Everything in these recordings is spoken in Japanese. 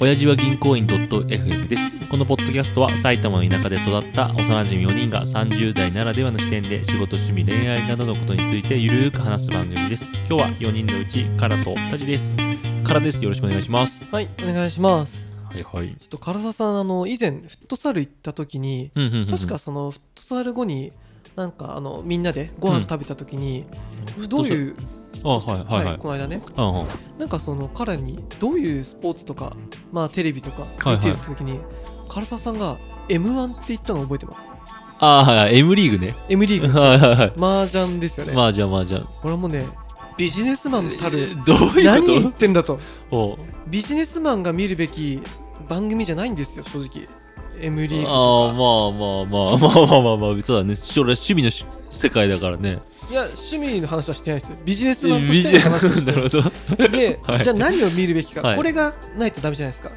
親父は銀行員 .fm です。このポッドキャストは埼玉の田舎で育った幼馴染4人が30代ならではの視点で仕事、趣味、恋愛などのことについてゆるーく話す番組です。今日は4人のうち、カラとタジです。カラです。よろしくお願いします。はい、お願いします。はいはいちょ。っと唐沢さん、あの以前フットサル行った時に、うんうんうんうん確かそのフットサル後に。なんかあのみんなでご飯食べた時に、どういうあ、はいはいはい。この間ねうんうんなんかその彼にどういうスポーツとかまあテレビとか見てる時に、唐沢さんが M1 って言ったの覚えてますあー、はいはい。M リーグね。 M リーグのはいはいはい。麻雀ですよね、まあじゃあまあじゃあ。これはもうねビジネスマンたえるーどう何いう言こってんだととおうビジネスマンが見るべき番組じゃないんですよ正直 M リーあグあとかまあまあまあまあまあまあまあそうだねそれは趣味のし世界だからねいや趣味の話はしてないですよビジネスマンとビしてジネの話をスし てなるるほどで、 はいじゃあ何を見るべきか、はいこれがないとダメじゃないですか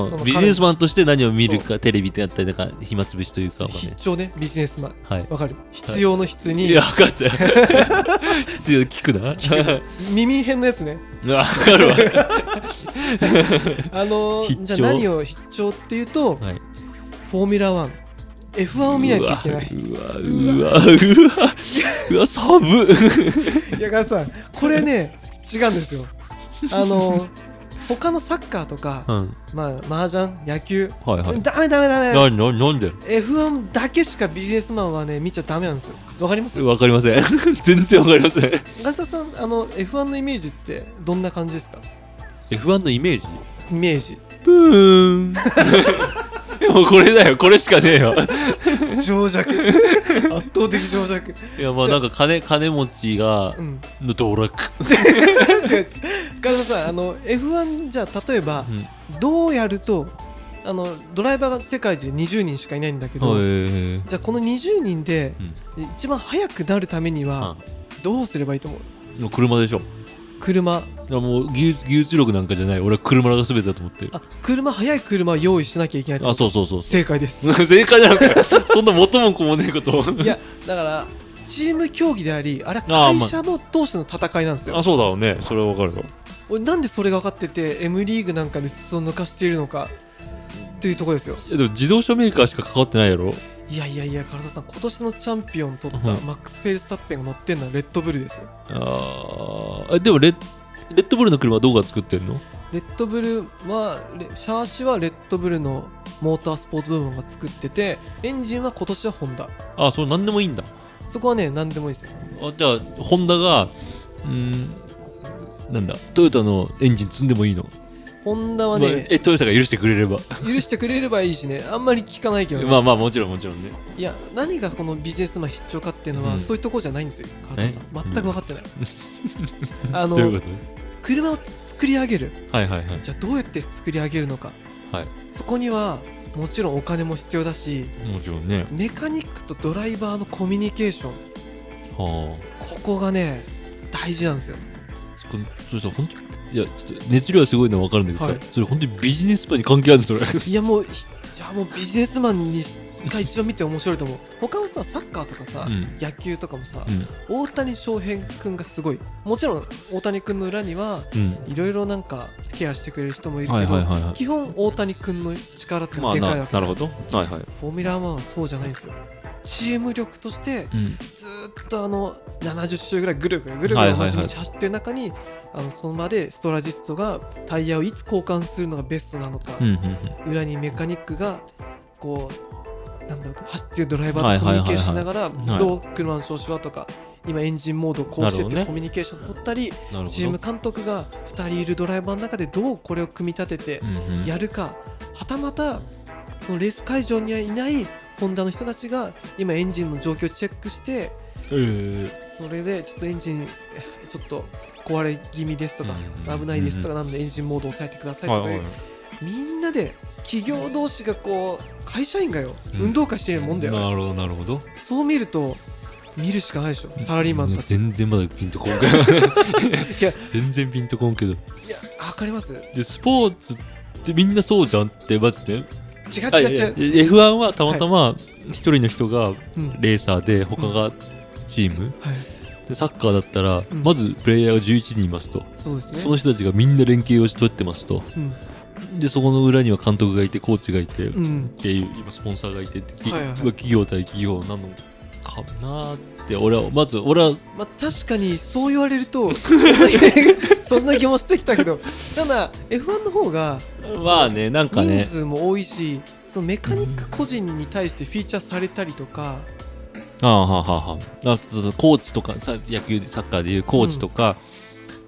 うんそのビジネスマンとして何を見るかテレビであったりとか暇つぶしというかは必ね要ねビジネスマンはいわかる必要の質いに、や分かったよ必要聞くな耳辺のやつね分かるわあの 必ー、聴じゃあ何を必聴っていうと、はいフォーミュラー 1F1 を見ないといけないうわうわうわうわうわ寒っいやガさんこれね違うんですよあのー、他のサッカーとか、うんまあ麻雀野球はいはいダメダメダメ何何何で F1 だけしかビジネスマンはね見ちゃダメなんですよわかります分かりません全然分かりませんガサさんあの F1 のイメージってどんな感じですか F1 のイメージイメージプーンでもこれだよこれしかねえよ 情 弱圧倒的情弱いやまあなんか金金持ちがうんの道楽、違う違うガサさんあの F1 じゃあ例えばうん、どうやるとあのドライバーが世界中で20人しかいないんだけど、はいじゃあこの20人でうん一番速くなるためにはどうすればいいと思うもう車でしょ車いやもう技術技術力なんかじゃない俺は車が全てだと思ってるあ車速い車を用意しなきゃいけないってあことそうそうそうそ正 解ですう正解なんですよそんな元も子もねえことをいやだからチーム競技でありあれはあー会社の同士の戦いなんですよあそうだろうねそれはわかるよ俺なんでそれが分かってて M リーグなんかに筒を抜かしているのかっていうところですよいやでも自動車メーカーしか関わってないやろいやいやいや唐田さん今年のチャンピオン取ったうんマックス・フェルスタッペンが乗ってるのはレッドブルですよあーえでもレッレッドブルの車はどこが作ってんのレッドブルはレシャーシはレッドブルのモータースポーツ部門が作っててエンジンは今年はホンダあそうなんでもいいんだそこはね何でもいいですよあじゃあホンダがうーんなんだトヨタのエンジン積んでもいいの、ホンダはまあねえトヨタが許してくれれば許してくれればいいしねあんまり聞かないけどねまあまあもちろんもちろんねいや何がこのビジネスマン必要かっていうのは、うんそういうところじゃないんですよ川田さんえ全く分かっ てない、あどういうのこ車をつ作り上げるとはいはいはいじゃあどうやって作り上げるのか、はいそこにはもちろんお金も必要だしもちろんねメカニックとドライバーのコミュニケーションはあここがね大事なんですよそこそれさ本当にいやちょっと熱量はすごいのは分かるんだけどさ、はいそれ本当にビジネスマンに関係あるんですそれいやもうひいやもうビジネスマンにが一番見て面白いと思う他のさサッカーとかさ、うん野球とかもさ、うん大谷翔平君がすごいもちろん大谷君の裏にはうんいろいろなんかケアしてくれる人もいるけど、はいはいはいは基本大谷君の力っていのまはあでかいなわけ、なるほどはいはい、フォーミュラー1はそうじゃないんですよチーム力としてうん、ずーっとあの70周ぐらいぐるぐるぐるぐる同じ道走ってる中に、あのその場でストラジストがタイヤをいつ交換するのがベストなのかうん、うん裏にメカニックがこうなんだろう走ってるドライバーとコミュニケーションしながらいはいはいどう車の調子はとか今エンジンモードをこうしてっなるほどねてコミュニケーション取ったりなるほどチーム監督が2人いるドライバーの中でどうこれを組み立ててうんうんやるか、はたまたそのレース会場にはいないホンダの人たちが今エンジンの状況をチェックしてえーそれでちょっとエンジンえちょっと壊れ気味ですとかうん危ないですとかなのでエンジンモードを抑えてくださいとかはいいうはいみんなで企業同士がこう会社員がようん運動会してるもんだよなるほどなるほどそう見ると見るしかないでしょサラリーマンたちい全然まだピンとこんけどや全然ピンとこんけどいやわかります違うでスポーツってみんなそうじゃんってマジで違う違うあいや F1 はたまたま一人の人がうんはレーサーで他がチーム、いでサッカーだったら、うんまずプレイヤーが11人いますと、そうですねその人たちがみんな連携をしとってますとうんでそこの裏には監督がいてコーチがいて、うっんていう今スポンサーがいてって、きはいはい企業対企業なのかなって俺はまず俺はまあ、確かにそう言われるとそんな気 そんな気もしてきたけどただ F1 の方がまあねなんか人ね数も多いし、そのメカニック個人に対してフィーチャーされたりとか、ああはあはあはあだからそうコーチとかさ野球でサッカーでいうコーチとか、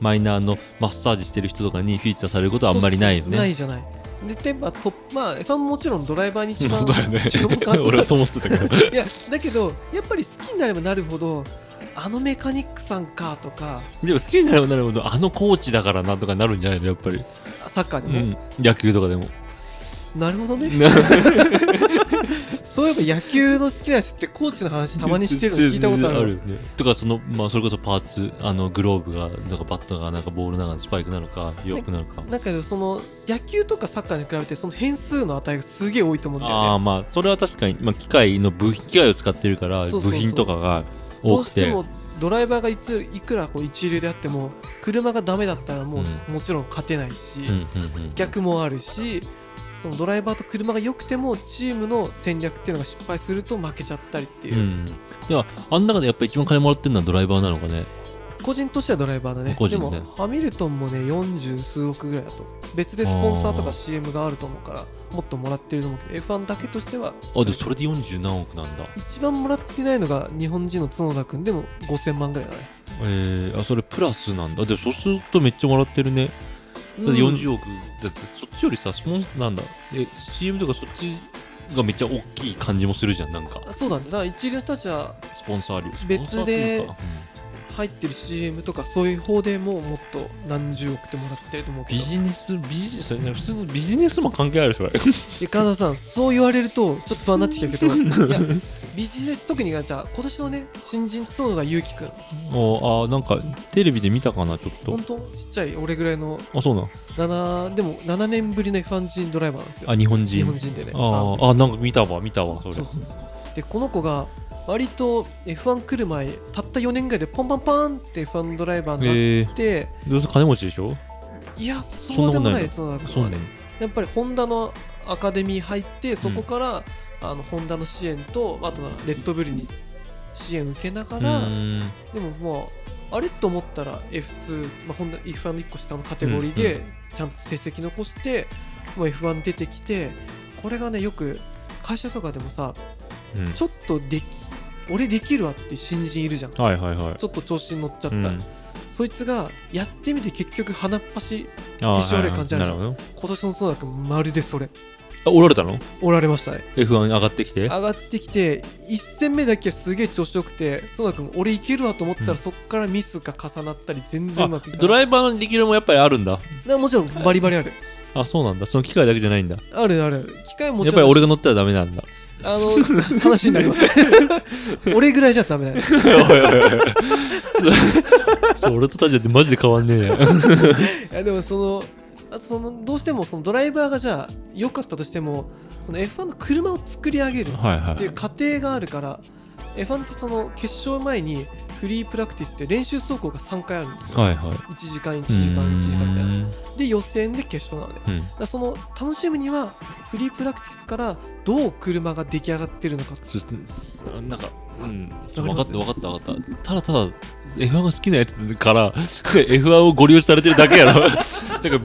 マイナーのマッサージしてる人とかにフィーチャーされることはあんまりないよそうそうなね。いじゃないでテンパトップまあ F1 ももちろんドライバーに 一番そうだよね注目が 集俺まはるそう思ってたけどいやだけどやっぱり好きになればなるほどあのメカニックさんかとかでも好きになればなるほどあのコーチだからなとかなるんじゃないのやっぱり、サッカーでうも、ん、野球とかでもなるほどねそういえば野球の好きな人ってコーチの話 たまに してるの聞いたことあるよねとかその、まあ、それこそパーツあのグローブがなんかバットがなんかボールなのかスパイクなのか弱くなのか、なんかその野球とかサッカーに比べてその変数の値がすげえ多いと思うんだああよねまあそれは確かに、まあ、機械の部品機械を使ってるからそうそうそう部品とかがど多うくしててもドライバーがいついくらこう一流であっても車がダメだったらもう、うもちろん勝てないし、うんうんうん逆もあるしそのドライバーと車が良くてもチームの戦略っていうのが失敗すると負けちゃったりっていうう、んではあん中でやっぱ一番金もらってるのはドライバーなのかね個人としてはドライバーだね個で人ねもハミルトンもね40数億ぐらいだと別でスポンサーとあーか CM があると思うからもっともらってると思うけど F1 だけとしてはあでもそれで40何億なんだ一番もらってないのが日本人の角田君でも5000万ぐらいだねえー、あそれプラスなんだでそうするとめっちゃもらってるねだって億、 40億、だってそっちよりさスポンなんだえ CM とかそっちがめっちゃ大きい感じもするじゃんなんかうんそうだねだから一流の人たちはスポンサー料別でスポンサーというか入ってる CM とかそういう方でももっと何十億ってもらってると思ううんけビどジネスビジネスそれね普通のビジネスマン関係あるそれ で金沢さんそう言われるとちょっと不安になってきたけ どいやビジネス特にじゃあ今年のね新人角田裕樹君おあーなんかテレビで見たかなちょっと本当ちっちゃい俺ぐらいのあそうなん7でも7年ぶりの F1 人ドライバーなんですよあ日本人日本人でねあーあなんか見たわ見たわそれそうそうでこの子が割と F1 来る前たった4年ぐらいでポンパンパンって F1 ドライバーになっえー、て、どうせ金持ちでしょいやそうでもない角田そ君うはねねやっぱりホンダのアカデミー入ってそこから、あのホンダの支援とあとはレッドブルに支援受けながうら、んでももうあれと思ったら F2、まあ、ホンダ F1 の1個下のカテゴリーうでちゃんと成績残して、もう F1 出てきてこれがねよく会社とかでもさうんちょっとでき俺できるわって新人いるじゃんちょはいはいはいっと調子に乗っちゃった、うんそいつがやってみて結局鼻っ端あー一緒悪い感じあるじゃんはいはいなるほ今年の園田君まるでそれどあおられたのおられましたね F1 に上がってきて上がってきて1戦目だけはすげえ調子よくて園田君俺いけるわと思ったうんらそこからミスが重なったり全然うまくいあかドないライバーの力量もやっぱりあるんだなもちろんバリバリあるあそうなんだその機械だけじゃないんだあるあるある機械もやっちぱりろん俺が乗ったらダメなんだ あの話になり ます俺ぐらいじゃダメだよおいおいおいそう俺とタジアってマジで変わんねえね いやでもそのあとそのどうしてもそのドライバーがじゃあ良かったとしてもその F1 の車を作り上げるっはいはていう過程があるから F1 ってその決勝前にフリープラクティスって練習走行が3回あるんですよ、はいはい1時間1時間1時間みたいなで予選で決勝なので、ね、うんだからその楽しむにはフリープラクティスからどう車が出来上がってるのかそしてあなんかうん、わかり分かまったす分かった分かったただただ F1 が好きなやつから F1 をご利用されてるだけ やろなんか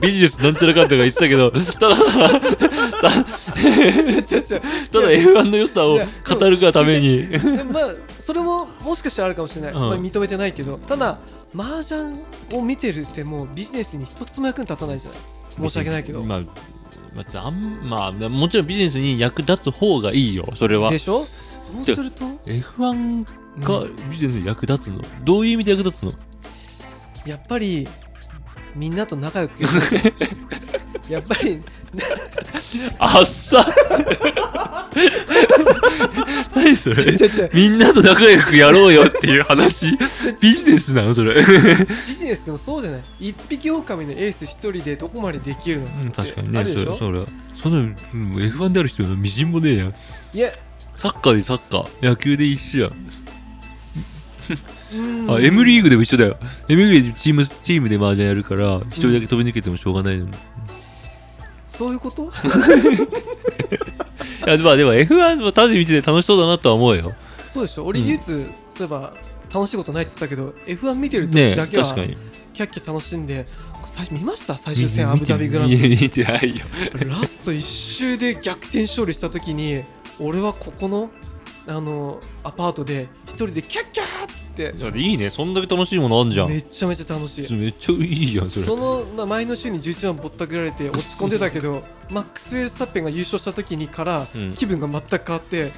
ビジネスなんちゃらかんとか言ってたけどただ ちょちょちょただ F1 の良さを語るがためにでもまあそれももしかしたらあるかもしれない、うんまあ、認めてないけどただ麻雀を見てるってもうビジネスに一つも役に立たないじゃない申し訳ないけど、まあまああんまあ、もちろんビジネスに役立つ方がいいよそれはでしょそうすると、うん F1 がビジネスに役立つの、どういう意味で役立 つのやっぱりみんなと仲良くやっぱりあっさ何それちょちょみんなと仲良くやろうよっていう 話ビジネスなのそれビジネスでもそうじゃない一匹狼のエース一人でどこまでできるのかって確かにねあるでしそょそれはそんなの F1 である必要のみじんもねえやんいやサッカーでサッカー野球で一緒やんうんあ M リーグでも一緒だよ M リーグでチームチームで麻雀やるから一人だけ飛び抜けてもしょうがないのに、そういうこといやまあでも F1 は単純に見てて楽しそうだなとは思うよ。そうでしょ俺うん唯一、そういえば楽しいことないって言ったけど F1 見てる時ねだけは確かに。キャッキャ楽しんで、最初見ました最終戦アブダビグランプいリや見てないよ。俺ラスト1周で逆転勝利した時に俺はここのあのアパートで一人でキャッキャーっていやいいねそんだけ楽しいものあんじゃん。めっちゃめちゃ楽しいめっちゃいいじゃんそれ。そのまあ前の週に11番ぼったくられて落ち込んでたけどマックス・ウェルスタッペンが優勝した時にからうん気分が全く変わって、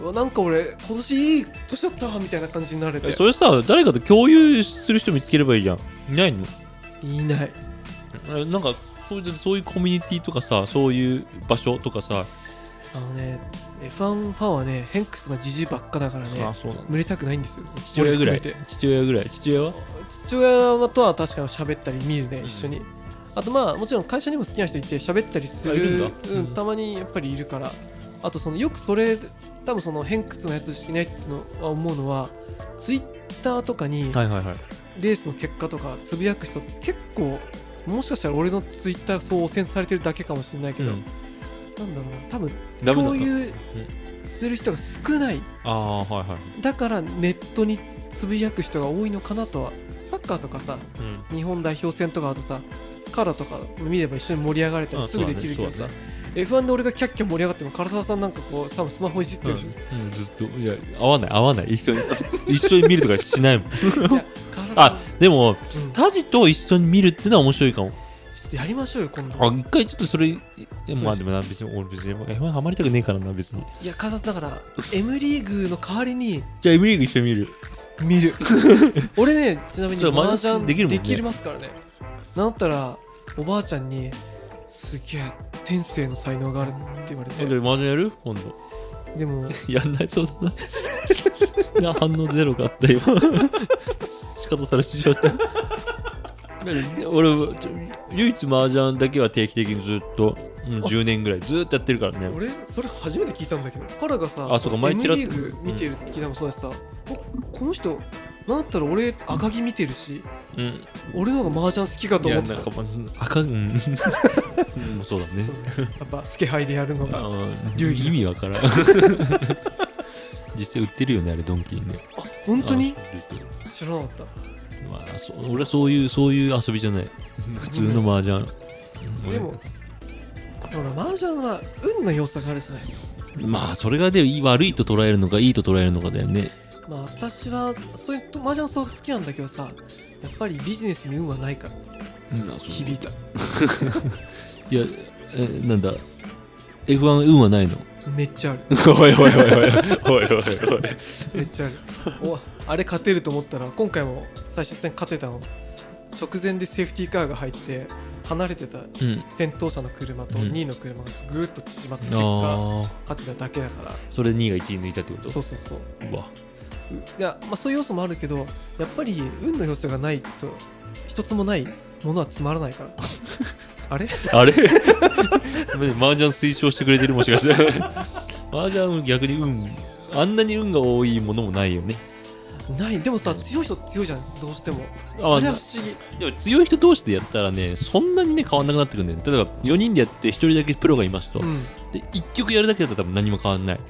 うわなんか俺今年いい年だったみたいな感じになれてえそれさ誰かと共有する人見つければいいじゃん。いないのいないえなんかそういうそういうコミュニティとかさそういう場所とかさ、あのね F1 ファンはねヘンクスなじじばっかだからねあそうなんだ群れたくないんですよ父親ぐらい俺含めて父親ぐらい父親は父親とは確かに喋ったり見るねうん一緒に、あとまあもちろん会社にも好きな人いて喋ったりするあいるんだうんうんたまにやっぱりいるからあとそのよくそれ多分その偏屈なやつしかいないっていうのは思うのはツイッターとかにはいはいはいレースの結果とかつぶやく人って結構もしかしたら俺のツイッターそう汚染されてるだけかもしれないけど、うんなんだろうな多分ダメな共んだ有する人が少ないああーはいはいだからネットにつぶやく人が多いのかなとはサッカーとかさうん日本代表戦とかあとさカラとか見れば一緒に盛り上がれたりすぐできるけどさ、あそうだね F1 で俺がキャッキャ盛り上がっても唐沢さんなんかこう多分スマホいじってうんるうんでしょ、ずっといや合わない合わない 一緒に一緒に見るとかしないもんいや唐沢さんあでもうんちょタジと一緒に見るってのは面白いかもっとやりましょうよ今あ度一回ちょっとそれいやまあでもな別に俺別に F1 ハマりたくねえからな別にいや唐沢さんだから M リーグの代わりにじゃあ M リーグ一緒に見る見 る俺ねちなみにそうマージャンででききるもんねますからねなんだったらおばあちゃんにすげえ天性の才能があるって言われえじゃあてマージャンやる今度でもやんないそうだなな反応ゼロがあった今 仕方されしちゃった俺ちょ唯一マージャンだけは定期的にずっと、うん、あ10年ぐらいずっとやってるからね俺それ初めて聞いたんだけど彼がさあそうか前 M ちらっとリーグ見てるって聞いたのもそうだしさ、おこの人なんだったら俺赤木見てるしうん俺の方が麻雀好きかとい思やってたなんそかうまあ赤うんうんそうだねだねやっぱスケハイでやるのがあー流儀だ意味わからん実際売ってるよねあれドンキにねあ本当にあー売ってる知らなかったまあ、そ俺はそういうそういう遊びじゃない普通の麻雀でもほら麻雀は運の要素があるじゃないまあそれがで悪いと捉えるのかいいと捉えるのかだよねまあ私はそういうと麻雀そう好きなんだけどさやっぱりビジネスに運はないから響いたいやえなんだ F1 運はないのめっちゃあるおいおいおいおいおいおいおいめっちゃあるおあれ勝てると思ったら今回も最終戦勝てたの直前でセーフティーカーが入って離れてたうん先頭車の車とうん2位の車がぐーっと縮まって結果ああ勝ってただけだからそれで2位が1位抜いたってことそうそうそううわいや、まあ、そういう要素もあるけどやっぱり運の要素がないと一つもないものはつまらな いからあれあれ 麻雀推奨してくれてるもしかして麻雀逆に運あんなに運が多いものもないよねないでもさ強い人強いじゃんどうしてもああれは不思議でも強い人同士でやったらねそんなにね変わんなくなってくるんだよね例えば4人でやって1人だけプロがいますと、うんで1曲やるだけだったら多分何も変わんない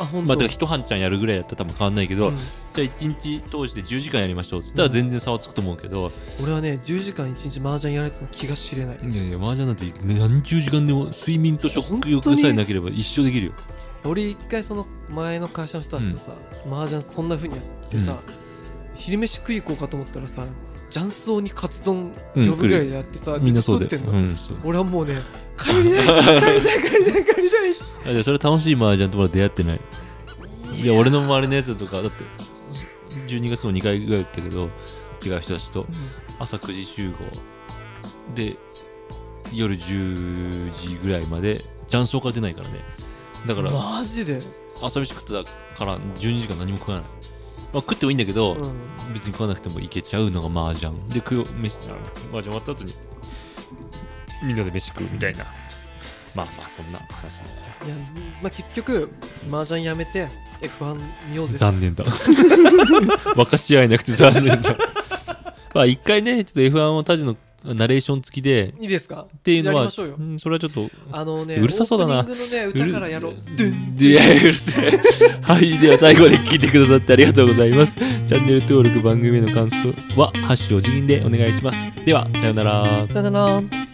あ本まあ当だから1半ちゃんやるぐらいだったら多分変わんないけど、うんじゃあ1日通して10時間やりましょうっつったら全然差はつくと思うけど、俺はね10時間1日麻雀やられてたの気が知れない、いやいや麻雀なんて何十時間でも睡眠と食欲さえなければ一生できるよ俺一回その前の会社の人たちとさ、麻雀そんな風にやってさ、昼飯食い行こうかと思ったらさ雀荘にカツ丼うん呼ぶぐらいでやってさ、みんなそう取でってんの、うん、そう俺はもうね帰りたい帰りたい帰りたい帰りたいあでそれ楽しい麻雀とまだ出会ってないいや俺の周りのやつとかだって12月も2回ぐらいだったけど違う人たちと朝9時集合で夜10時ぐらいまで雀荘から出ないからねだからマジで、朝飯食ってたから12時間何も食わない、まあ、食ってもいいんだけど、うん、別に食わなくてもいけちゃうのが麻雀で食う飯あの麻雀終わった後にみんなで飯食うみたいなまあまあそんな話なんですよいや、まあ、結局麻雀やめて F1 見ようぜ残念だ 分かち合えなくて残念だまあ一回ねちょっと F1 をタジのナレーション付きでいいですかっていうのやりはましょうようんそれはちょっとあのねうるさそうだなオープニングのね歌からやろううるドゥンいやうるせえはいでは最後まで聞いてくださってありがとうございますチャンネル登録番組への感想は「ハッシュお辞儀」でお願いしますではさようならさよなら